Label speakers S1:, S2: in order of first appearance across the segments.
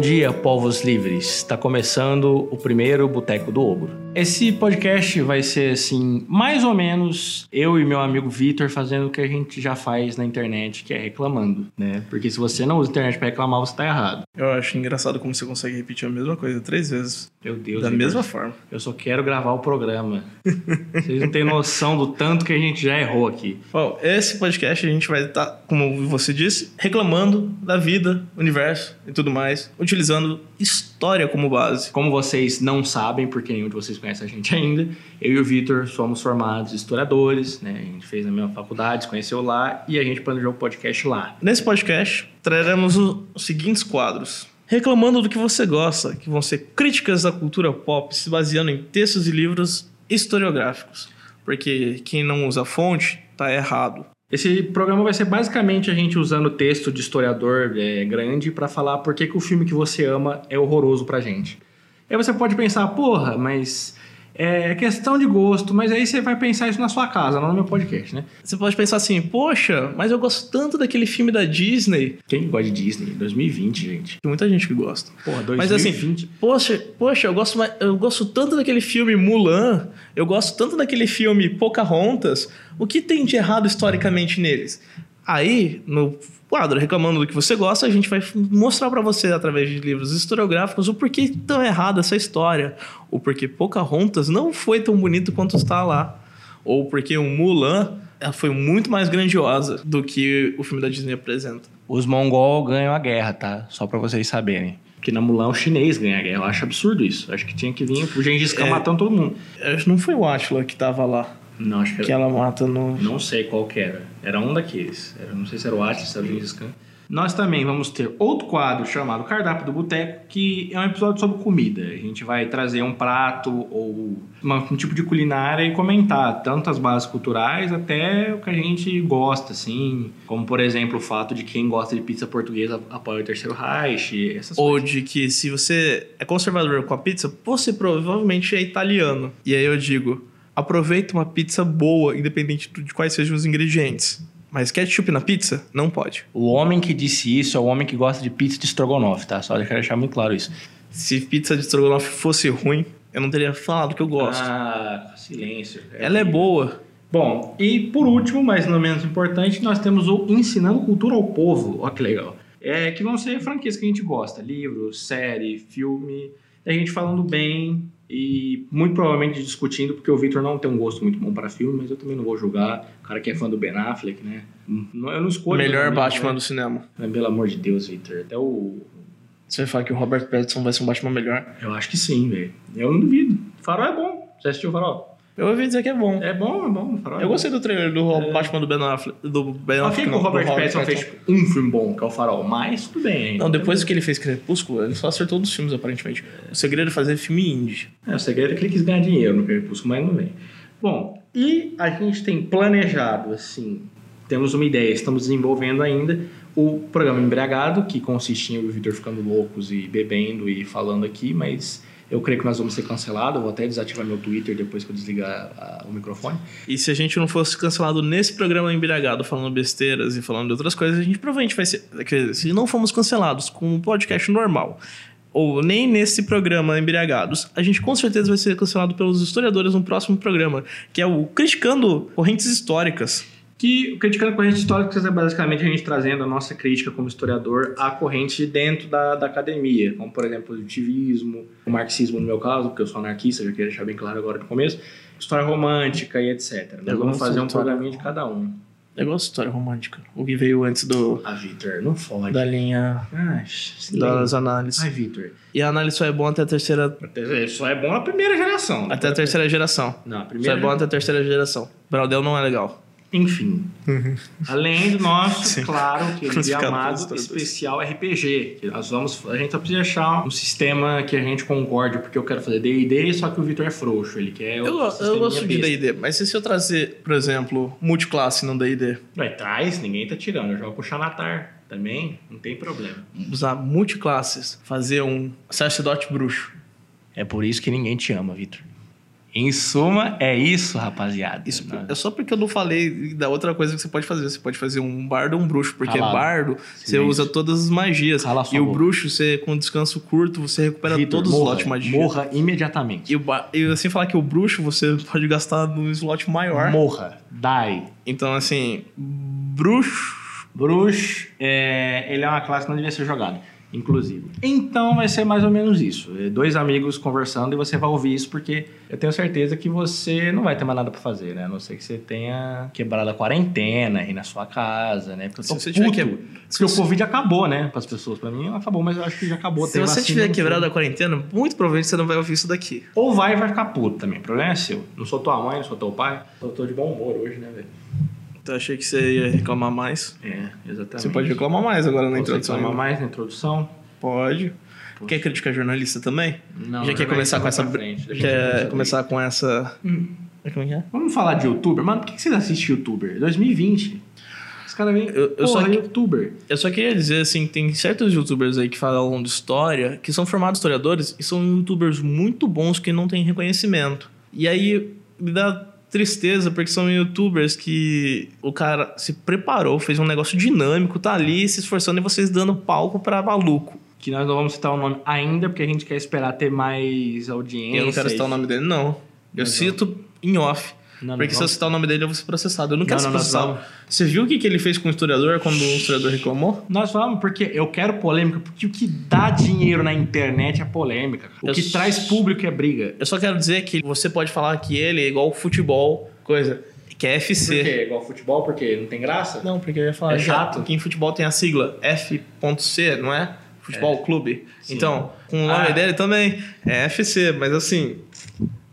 S1: dia, povos livres. Está começando o primeiro Boteco do Ogro. Esse podcast vai ser assim, mais ou menos eu e meu amigo Vitor fazendo o que a gente já faz na internet, que é reclamando, né? Porque se você não usa internet para reclamar, você tá errado.
S2: Eu acho engraçado como você consegue repetir a mesma coisa três vezes.
S1: Meu Deus.
S2: da
S1: Vitor,
S2: mesma forma.
S1: Eu só quero gravar o programa. Vocês não têm noção do tanto que a gente já errou aqui.
S2: Bom, esse podcast a gente vai estar, como você disse, reclamando da vida, universo e tudo mais, utilizando história como base.
S1: Como vocês não sabem, porque nenhum de vocês conhece a gente ainda, eu e o Vitor somos formados historiadores, né? A gente fez na mesma faculdade, se conheceu lá e a gente planejou o podcast lá.
S2: Nesse podcast, traremos o- os seguintes quadros. Reclamando do que você gosta, que vão ser críticas da cultura pop se baseando em textos e livros historiográficos. Porque quem não usa fonte tá errado.
S1: Esse programa vai ser basicamente a gente usando o texto de historiador é, grande para falar por que, que o filme que você ama é horroroso pra gente. Aí você pode pensar, porra, mas é questão de gosto, mas aí você vai pensar isso na sua casa, não no meu podcast, né?
S2: Você pode pensar assim, poxa, mas eu gosto tanto daquele filme da Disney.
S1: Quem gosta de Disney? 2020, gente.
S2: Tem muita gente que gosta.
S1: Porra, 2020.
S2: Mas assim, poxa, poxa, eu gosto, mais- eu gosto tanto daquele filme Mulan, eu gosto tanto daquele filme Pocahontas. O que tem de errado historicamente neles? Aí, no quadro Reclamando do que você gosta, a gente vai mostrar pra você, através de livros historiográficos, o porquê tão errada essa história. O porquê Pocahontas não foi tão bonito quanto está lá. Ou porque o Mulan ela foi muito mais grandiosa do que o filme da Disney apresenta.
S1: Os mongol ganham a guerra, tá? Só pra vocês saberem. Porque na Mulan o chinês ganha a guerra. Eu acho absurdo isso. Acho que tinha que vir o Gengis Khan
S2: É.
S1: matando todo mundo.
S2: Acho que Não foi o Átila que tava lá,
S1: Não, acho que, é
S2: que
S1: era.
S2: ela mata no...
S1: Não sei qual que era. Era um daqueles. Era, não sei se era o Atlas, se era o Gengis Khan. Nós também vamos ter outro quadro chamado Cardápio do Boteco, que é um episódio sobre comida. A gente vai trazer um prato ou uma- um tipo de culinária e comentar tanto as bases culturais até o que a gente gosta, assim. Como, por exemplo, o fato de quem gosta de pizza portuguesa apoia o Terceiro Reich, essas
S2: Ou de que se você é conservador com a pizza, você provavelmente é italiano. E aí eu digo, aproveita uma pizza boa, independente do- de quais sejam os ingredientes. Mas ketchup na pizza? Não pode.
S1: O homem que disse isso é o homem que gosta de pizza de estrogonofe, tá? Só quero deixar muito claro isso.
S2: Se pizza de estrogonofe fosse ruim, eu não teria falado que eu gosto.
S1: Ah, silêncio.
S2: Ela é boa.
S1: Bom, e por último, mas não menos importante, nós temos o Ensinando Cultura ao Povo. Ó que legal. É, que vão ser franquias que a gente gosta. Livro, série, filme. A gente falando bem e muito provavelmente discutindo, porque o Victor não tem um gosto muito bom para filme, mas eu também não vou julgar. O cara que é fã do Ben Affleck, né? Não- Eu não escolho.
S2: Melhor
S1: né?
S2: Batman do cinema.
S1: Pelo amor de Deus, Victor. Até o
S2: Você vai falar que o Robert Pattinson vai ser um Batman melhor?
S1: Eu acho que sim, velho. Eu não duvido. Farol é bom. Você assistiu o Farol?
S2: Eu ouvi dizer que é bom.
S1: É bom, é bom. Farol é
S2: Eu
S1: bom.
S2: gostei do trailer do Ro- Batman do Ben Affleck. Do ben
S1: Só que
S2: Affleck
S1: o
S2: Então, não, do
S1: Robert Pattinson fez tipo, um filme bom, que é o Farol, mas tudo bem.
S2: Não, depois que ele fez Crepúsculo, ele só acertou dos filmes, aparentemente. O segredo é fazer filme indie.
S1: É, o segredo é que ele quis ganhar dinheiro no Crepúsculo, mas não vem. Bom, e a gente tem planejado, assim, temos uma ideia, estamos desenvolvendo ainda o programa Embriagado, que consiste em eu e o Vitor ficando loucos e bebendo e falando aqui, mas eu creio que nós vamos ser cancelados. Eu vou até desativar meu Twitter depois que eu desligar a- o microfone.
S2: E se a gente não fosse cancelado nesse programa embriagado, falando besteiras e falando de outras coisas, a gente provavelmente vai ser. Quer dizer, se não formos cancelados com um podcast normal, ou nem nesse programa embriagados, a gente com certeza vai ser cancelado pelos historiadores no próximo programa, que é o Criticando Correntes Históricas.
S1: Que o Criticando Correntes Históricas é basicamente a gente trazendo a nossa crítica como historiador à corrente dentro da, da academia, como por exemplo o positivismo, o marxismo no meu caso, porque eu sou anarquista, já queria deixar bem claro agora no começo, história romântica e etc. Nós
S2: Eu
S1: vamos
S2: gosto
S1: fazer um
S2: de história.
S1: programinha de cada um.
S2: Eu gosto de É história romântica. O que veio antes do,
S1: Ah, Vitor, não fode. Ah,
S2: da linha
S1: Ai, silêncio.
S2: das análises.
S1: Ai, Vitor.
S2: E a análise só é bom até a terceira.
S1: Só é bom na primeira geração. né?
S2: Até a terceira geração.
S1: Não, a
S2: Só
S1: primeira.
S2: é bom até a terceira geração. Braudel não é legal.
S1: Enfim. Além do nosso,
S2: Uhum. Sim.
S1: claro, querido e
S2: Classificado
S1: amado,
S2: pelos historiadores.
S1: especial RPG. que Nós vamos, a gente só precisa achar um sistema que a gente concorde, porque eu quero fazer D&D, só que o Vitor é frouxo, ele quer
S2: Eu,
S1: outro
S2: go- eu
S1: sisteminha
S2: gosto de
S1: besta.
S2: D&D, mas e se eu trazer, por exemplo, multiclasse no D&D?
S1: Ué, traz, ninguém tá tirando. Eu jogo com o Xanatar também, não tem problema.
S2: Usar multiclasses, fazer um sacerdote bruxo.
S1: É por isso que ninguém te ama, Vitor. Em suma, é isso, rapaziada.
S2: Isso,
S1: Não-
S2: é só porque eu não falei da outra coisa que você pode fazer. Você pode fazer um bardo ou um bruxo, porque
S1: Calado.
S2: bardo você
S1: Silêncio.
S2: usa todas as magias.
S1: Cala a sua
S2: E o
S1: boca.
S2: bruxo, você com descanso curto, você recupera
S1: Vitor,
S2: todos os
S1: morra,
S2: slots de magia.
S1: Morra imediatamente.
S2: E, o ba- e assim falar que o bruxo você pode gastar num slot maior.
S1: Morra. Die.
S2: Então, assim, bruxo.
S1: Bruxo, é, ele é uma classe que não devia ser jogada, inclusive. Então vai ser mais ou menos isso. É, Dois amigos conversando e você vai ouvir isso, porque eu tenho certeza que você não vai ter mais nada pra fazer, né? A não ser que você tenha quebrado a quarentena aí na sua casa, né? Porque eu tô
S2: Se você tiver
S1: puto.
S2: que- se
S1: Porque o
S2: você-
S1: Covid acabou, né? Pras pessoas. Pra mim acabou, mas eu acho que já acabou.
S2: Se
S1: Tem
S2: você
S1: vacina,
S2: tiver
S1: não sei.
S2: quebrado a quarentena, muito provavelmente você não vai ouvir isso daqui.
S1: Ou vai e vai ficar puto também. O problema é seu. Não sou tua mãe, não sou teu pai. Eu tô de bom humor hoje, né, velho?
S2: Então, achei que você ia reclamar mais.
S1: É, exatamente.
S2: Você pode reclamar mais agora na
S1: Você
S2: introdução. né?
S1: reclama mais na introdução.
S2: Pode. Quer criticar jornalista também?
S1: Não,
S2: Já quer começar com essa.
S1: pra frente, deixa eu
S2: quer
S1: sobre
S2: começar com essa. É Como é que é?
S1: Vamos falar de youtuber? Mano, por que que vocês assistem youtuber? 2020. Os caras vêm.
S2: Eu- eu
S1: sou
S2: só que-
S1: youtuber.
S2: Eu só queria dizer assim: tem certos youtubers aí que falam de história, que são formados historiadores e são youtubers muito bons que não têm reconhecimento. E aí me dá tristeza porque são youtubers que o cara se preparou, fez um negócio dinâmico, tá ali se esforçando e vocês dando palco pra maluco.
S1: Que nós não vamos citar o nome ainda, porque a gente quer esperar ter mais audiência.
S2: Eu não quero citar o nome dele, não. Eu
S1: Não, Ah,
S2: cito em off.
S1: Não, não,
S2: porque se eu
S1: vamos.
S2: citar o nome dele, eu vou ser processado. Eu não quero
S1: Não,
S2: ser
S1: não, nós
S2: processado. Você viu o que, que ele fez com o historiador quando o historiador reclamou?
S1: Nós vamos porque eu quero polêmica, porque o que dá dinheiro na internet é polêmica. cara. O
S2: Eu
S1: que
S2: s-
S1: traz público é briga.
S2: Eu só quero dizer que você pode falar que ele é igual o futebol, coisa, que é FC.
S1: Igual futebol? Porque não tem graça?
S2: Não, porque eu ia falar
S1: É
S2: que-
S1: chato.
S2: que em futebol tem a sigla F.C, não é? Futebol Clube.
S1: Sim.
S2: Então, com o nome
S1: Ah.
S2: dele também é FC, mas assim,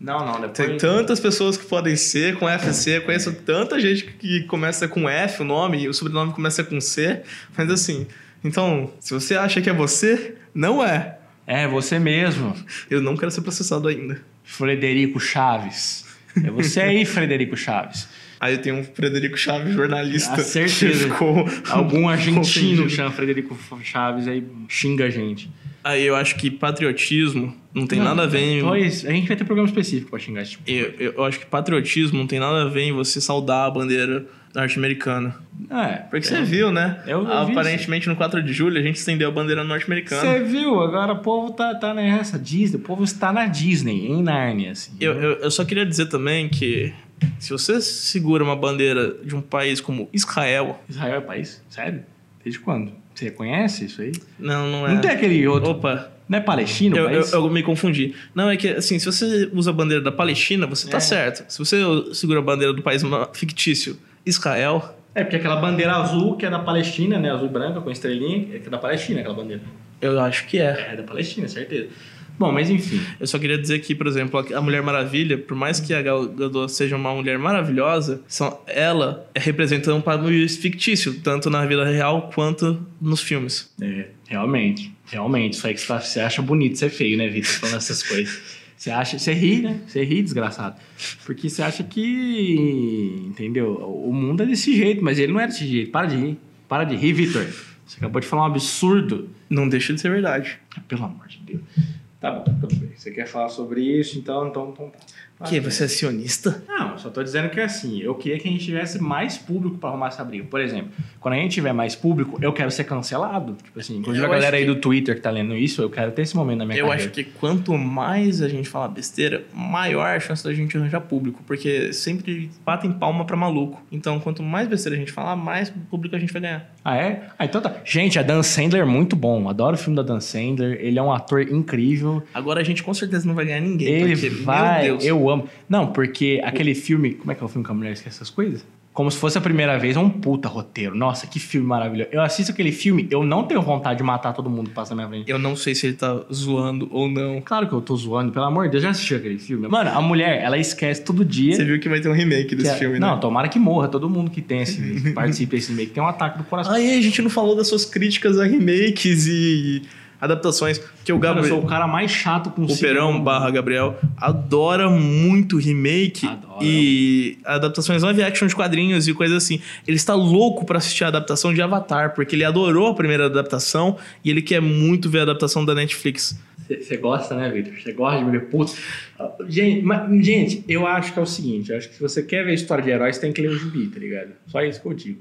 S1: Não, não. Depois...
S2: tem tantas pessoas que podem ser com FC, eu conheço tanta gente que começa com F o nome e o sobrenome começa com C, mas assim, então, se você acha que é você, não é.
S1: É, você mesmo.
S2: Eu não quero ser processado ainda.
S1: Frederico Chaves. É você aí, Frederico Chaves.
S2: Aí tem um Frederico Chaves,
S1: Ah,
S2: jornalista.
S1: certeza.
S2: que Ficou
S1: Algum argentino
S2: ofendido.
S1: chama Frederico Chaves aí xinga a gente.
S2: Aí eu acho que patriotismo não tem nada a ver em...
S1: Pois, é, a gente vai ter programa específico pra xingar esse tipo.
S2: Eu, eu acho que patriotismo não tem nada a ver em você saudar a bandeira norte-americana.
S1: É,
S2: Porque você viu, né?
S1: Eu vi
S2: Aparentemente no 4 de julho a gente estendeu a bandeira norte-americana.
S1: Você viu, agora o povo tá, tá nessa Disney, o povo está na Disney, em Narnia, assim.
S2: Eu, eu, eu só queria dizer também que se você segura uma bandeira de um país como Israel...
S1: Israel é país? Sério? Desde quando? Você reconhece isso aí?
S2: Não, não é.
S1: Não tem aquele outro.
S2: Opa,
S1: Não é palestino o
S2: eu, eu,
S1: país?
S2: eu me confundi. Não, é que assim, se você usa a bandeira da Palestina, você tá
S1: É.
S2: certo. Se você segura a bandeira do país ma- fictício Israel,
S1: É, porque aquela bandeira azul que é da Palestina, né? Azul e branca com estrelinha, é que é da Palestina aquela bandeira.
S2: eu acho que é.
S1: É da Palestina, certeza. Bom, mas enfim.
S2: Eu só queria dizer que, por exemplo, a Mulher Maravilha, por mais que a Gal Gadot seja uma mulher maravilhosa, são, ela representa um país fictício, tanto na vida real quanto nos filmes.
S1: É, realmente, realmente. Isso aí que você tá- você acha bonito, você é feio, né, Vitor? Falando essas coisas. Você acha, você ri, né? Você ri, desgraçado. Porque você acha que, entendeu? O mundo é desse jeito, mas ele não é desse jeito. Para de rir. Para de rir, Vitor. Você acabou de falar um absurdo.
S2: Não deixa de ser verdade.
S1: Pelo amor de Deus. Tá bom, tudo bem. Você quer falar sobre isso, então, então, então. tá.
S2: que você é sionista?
S1: Não, eu só tô dizendo que é assim, eu queria que a gente tivesse mais público pra arrumar essa briga. Por exemplo, quando a gente tiver mais público, eu quero ser cancelado. Tipo assim, inclusive
S2: Eu
S1: a galera
S2: acho
S1: aí do Twitter que tá lendo isso, eu quero ter esse momento na minha
S2: Eu
S1: carreira.
S2: acho que quanto mais a gente falar besteira, maior a chance da gente arranjar público, porque sempre batem palma pra maluco. Então, quanto mais besteira a gente falar, mais público a gente vai ganhar.
S1: Ah, é? Ah, então tá. Gente, a Dan Sandler é muito bom. Adoro o filme da Dan Sandler. Ele é um ator incrível.
S2: Agora a gente com certeza não vai ganhar ninguém,
S1: Ele
S2: porque,
S1: vai.
S2: meu Deus.
S1: Eu amo. Não, porque aquele filme. Como é que é o filme que a mulher esquece essas coisas? Como se fosse a primeira vez, é um puta roteiro. Nossa, que filme maravilhoso. Eu assisto aquele filme, eu não tenho vontade de matar todo mundo que passa na minha frente.
S2: eu não sei se ele tá zoando ou não.
S1: Claro que eu tô zoando, pelo amor de Deus, já assistiu aquele filme? Mano, a mulher, ela esquece todo dia.
S2: Você viu que vai ter um remake
S1: que
S2: desse
S1: a-
S2: filme,
S1: Não,
S2: né?
S1: tomara que morra todo mundo que tem esse, que participe desse meio, que tem um ataque do coração.
S2: Aí a gente não falou das suas críticas a remakes e adaptações, porque o
S1: Cara, eu sou
S2: Gabriel,
S1: o cara mais chato com
S2: o Perão barra Gabriel, adora muito remake
S1: Adora. é um-
S2: e adaptações live action de quadrinhos e coisas assim. Ele está louco pra assistir a adaptação de Avatar, porque ele adorou a primeira adaptação e ele quer muito ver a adaptação da Netflix.
S1: Você gosta, né, Victor? Você gosta de beber puto. Ah, Gente, mas- gente, eu acho que é o seguinte: eu acho que se você quer ver a história de heróis, tem que ler o gibi, tá ligado? Só isso que eu digo.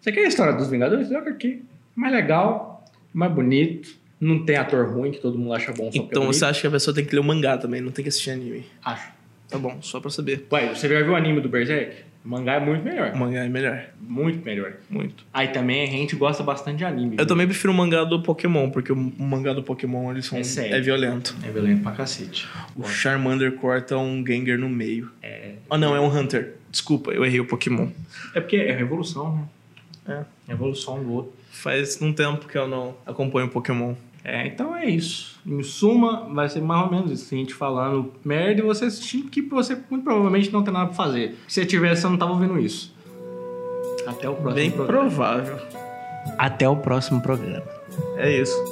S1: Você quer a história dos Vingadores? Joga aqui. Mais legal, mais bonito. Não tem ator ruim que todo mundo acha bom. Só
S2: Então
S1: porque
S2: você
S1: é bonito.
S2: acha que a pessoa tem que ler o mangá também, não tem que assistir anime.
S1: Acho.
S2: Tá bom, só pra saber.
S1: Ué, você já viu o anime do Berserk? O mangá é muito melhor.
S2: O mangá é melhor,
S1: Muito melhor.
S2: muito.
S1: Aí também a gente gosta bastante de anime.
S2: Eu
S1: viu?
S2: também prefiro o mangá do Pokémon, porque o mangá do Pokémon eles são,
S1: É sério.
S2: é violento.
S1: É violento pra cacete.
S2: O Charmander corta um Gengar no meio.
S1: É,
S2: Ah, não, é um Hunter. Desculpa, eu errei o Pokémon.
S1: é porque é revolução, né?
S2: É.
S1: Revolução do outro.
S2: Faz um tempo que eu não acompanho Pokémon.
S1: É, então é isso. Em suma, vai ser mais ou menos isso. A gente falando merda e você assistindo que você muito provavelmente não tem nada pra fazer. Se você tivesse, você não tava ouvindo isso. Até o próximo
S2: Bem
S1: programa.
S2: provável.
S1: Até o próximo programa.
S2: É isso.